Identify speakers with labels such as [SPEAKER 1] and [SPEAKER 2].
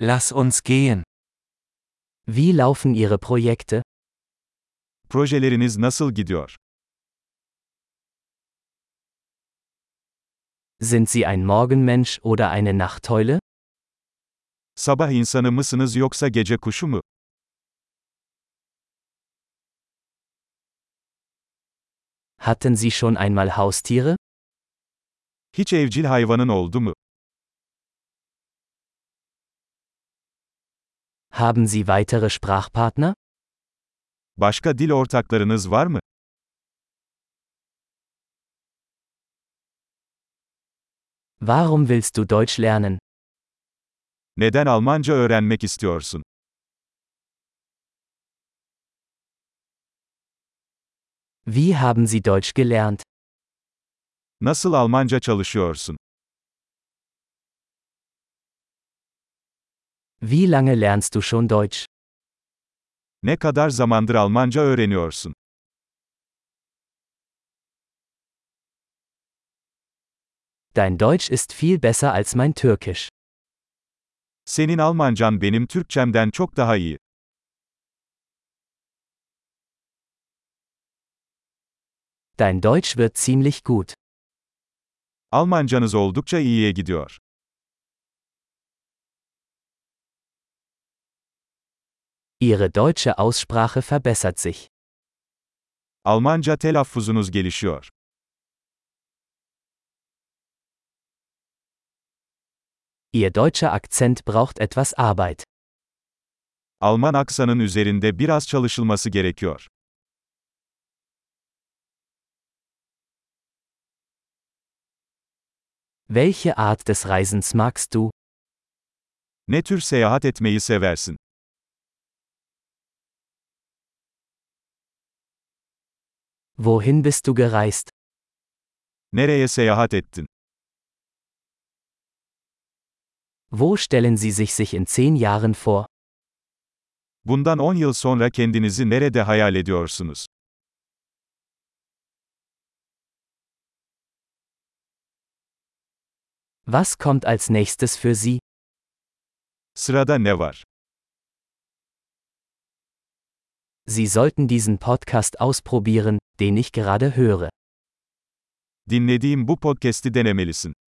[SPEAKER 1] Lass uns gehen.
[SPEAKER 2] Wie laufen Ihre Projekte?
[SPEAKER 3] Projeleriniz nasıl gidiyor?
[SPEAKER 2] Sind Sie ein Morgenmensch oder eine Nachteule?
[SPEAKER 3] Sabah insanı mısınız yoksa gece kuşu mu?
[SPEAKER 2] Hatten Sie schon einmal Haustiere?
[SPEAKER 3] Hiç evcil hayvanın oldu mu?
[SPEAKER 2] Haben Sie weitere Sprachpartner?
[SPEAKER 3] Başka dil ortaklarınız var mı?
[SPEAKER 2] Warum willst du Deutsch lernen?
[SPEAKER 3] Neden Almanca öğrenmek istiyorsun?
[SPEAKER 2] Wie haben Sie Deutsch gelernt?
[SPEAKER 3] Nasıl Almanca çalışıyorsun?
[SPEAKER 2] Wie lange lernst du schon Deutsch?
[SPEAKER 3] Ne kadar zamandır Almanca öğreniyorsun?
[SPEAKER 2] Dein Deutsch ist viel besser als mein Türkisch.
[SPEAKER 3] Senin Almancan benim Türkçemden çok daha iyi.
[SPEAKER 2] Dein Deutsch wird ziemlich gut.
[SPEAKER 3] Almancanız oldukça iyiye gidiyor.
[SPEAKER 2] Ihre deutsche Aussprache verbessert sich.
[SPEAKER 3] Almanca telaffuzunuz gelişiyor.
[SPEAKER 2] Ihr deutscher Akzent braucht etwas Arbeit.
[SPEAKER 3] Alman aksanın üzerinde biraz çalışılması gerekiyor.
[SPEAKER 2] Welche Art des Reisens magst du?
[SPEAKER 3] Ne tür seyahat etmeyi seversin?
[SPEAKER 2] Wohin bist du gereist?
[SPEAKER 3] Nereye seyahat ettin?
[SPEAKER 2] Wo stellen Sie sich sich in zehn Jahren vor?
[SPEAKER 3] Bundan 10 yıl sonra kendinizi nerede hayal ediyorsunuz?
[SPEAKER 2] Was kommt als nächstes für Sie?
[SPEAKER 3] Sırada ne var?
[SPEAKER 2] Sie sollten diesen Podcast ausprobieren, den ich gerade höre.
[SPEAKER 3] Dinlediğim bu podcast'i denemelisin.